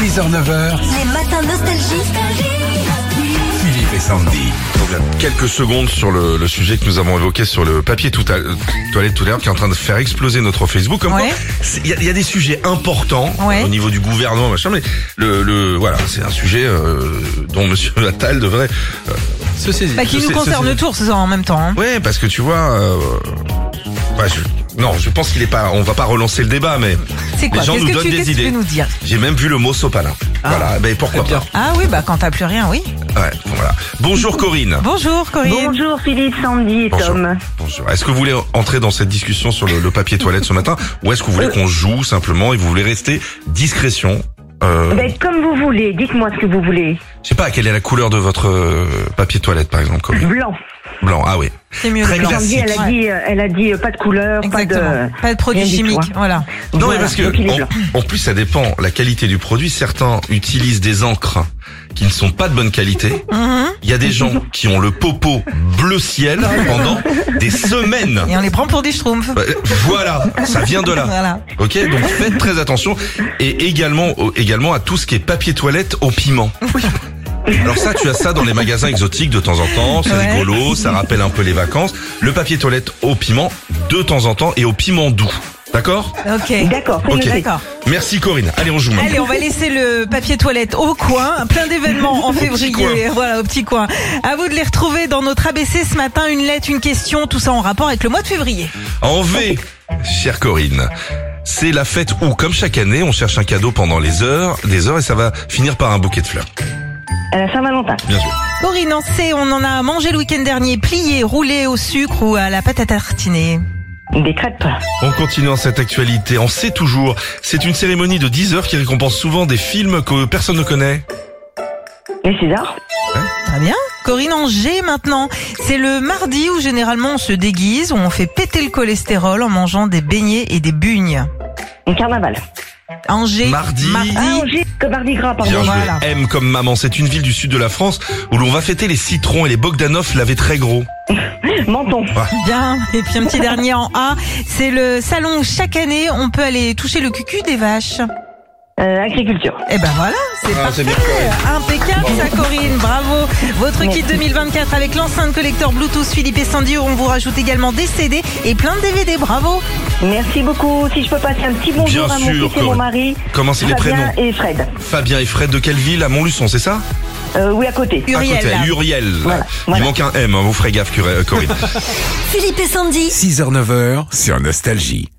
6h, 9h, Les matins nostalgiques. Philippe et Sandy. On revient quelques secondes sur le, le sujet que nous avons évoqué sur le papier tout à, toilette tout à l'heure qui est en train de faire exploser notre Facebook. Comme quoi, Ouais. c'est- il y, a- il y a des sujets importants Ouais. euh, au niveau du gouvernement, machin, mais le, le voilà, c'est un sujet euh, dont Monsieur Attal devrait euh, se saisir. Bah, qui Se nous sais- se concerne saisir. tous ça, en même temps. hein. Ouais, parce que tu vois, euh, ouais, je- non, je pense qu'il est pas, on va pas relancer le débat, mais C'est quoi les gens Qu'est-ce nous que donnent tu qu'est-ce des que tu idées. veux nous dire J'ai même vu le mot sopalin. Ah. Voilà, ben Eh pourquoi pas. Ah oui, bah quand t'as plus rien, oui. Ouais, voilà. Bonjour Corinne. Bonjour Corinne. Bonjour Philippe, Sandy et Tom. Bonjour. Est-ce que vous voulez entrer dans cette discussion sur le, le papier toilette ce matin ou est-ce que vous Euh. voulez qu'on joue simplement et vous voulez rester discrétion euh, Ben, comme vous voulez, dites-moi ce que vous voulez. Je sais pas quelle est la couleur de votre euh, papier toilette par exemple, Corinne. Blanc. Blanc. Ah oui. C'est mieux Très le blanc. classique. Sandy, elle a Ouais. dit, euh, elle a dit euh, pas de couleur, pas Exactement. de. Pas de produits rien du tout, chimiques, hein. voilà. Non mais Voilà, parce que donc il est blanc. en, en plus ça dépend la qualité du produit. Certains utilisent des encres qui ne sont pas de bonne qualité. Mhm. Il y a des gens qui ont le popo bleu ciel pendant des semaines. Et on les prend pour des schtroumpfs. Bah, Voilà, ça vient de là. Voilà. Ok, donc faites très attention et également au- également à tout ce qui est papier toilette au piment. Alors ça, tu as ça dans les magasins exotiques de temps en temps, c'est Ouais. rigolo, ça rappelle un peu les vacances. Le papier toilette au piment de temps en temps et au piment doux. D'accord Ok. D'accord, c'est Ok. noté. D'accord. Merci Corinne. Allez, on joue maintenant. Allez, on va laisser le papier toilette au coin. Plein d'événements en février. Voilà, au petit coin. À vous de les retrouver dans notre ABC ce matin. Une lettre, une question, tout ça en rapport avec le mois de février. En V, chère Corinne. C'est la fête où, comme chaque année, on cherche un cadeau pendant les heures, des heures, et ça va finir par un bouquet de fleurs. À la Euh, Saint-Valentin. Bien sûr. Corinne, on sait, on en a mangé le week-end dernier, plié, roulé au sucre ou à la pâte à tartiner. Des crêpes. On continue dans cette actualité, on sait toujours, c'est une cérémonie de 10 heures qui récompense souvent des films que personne ne connaît. Les Césars. Très bien. Corinne en G maintenant. C'est le mardi où généralement on se déguise, où on fait péter le cholestérol en mangeant des beignets et des bugnes. Un carnaval. En G. Mardi. Ah, Angers, que Mardi Gras, pardon. Bien joué. Voilà. M comme maman, c'est une ville du sud de la France où l'on va fêter les citrons et les Bogdanov l'avaient très gros. Menton. Bien. Et puis un petit dernier en A. C'est le salon où chaque année on peut aller toucher le cucu des vaches. Euh, agriculture. Et ben voilà, c'est Ah, c'est parfait. bien, Impeccable ça Corinne, bravo. Votre kit 2024 avec l'enceinte collecteur Bluetooth Philippe et Sandy où on vous rajoute également des CD et plein de DVD, bravo. Ah, Merci beaucoup. Si je peux passer un petit bonjour Bien à mon sûr, fils et mon Corinne. mari. Comment c'est les Fabien prénoms et Fred. Fabien et Fred de quelle ville À Montluçon, c'est ça Euh, oui, à côté. À Uriel. côté, là. Uriel. Voilà, Il voilà. euh, manque un M, hein, vous ferez gaffe Cori- Corinne. Philippe et Sandy. 6h, 9h sur Nostalgie.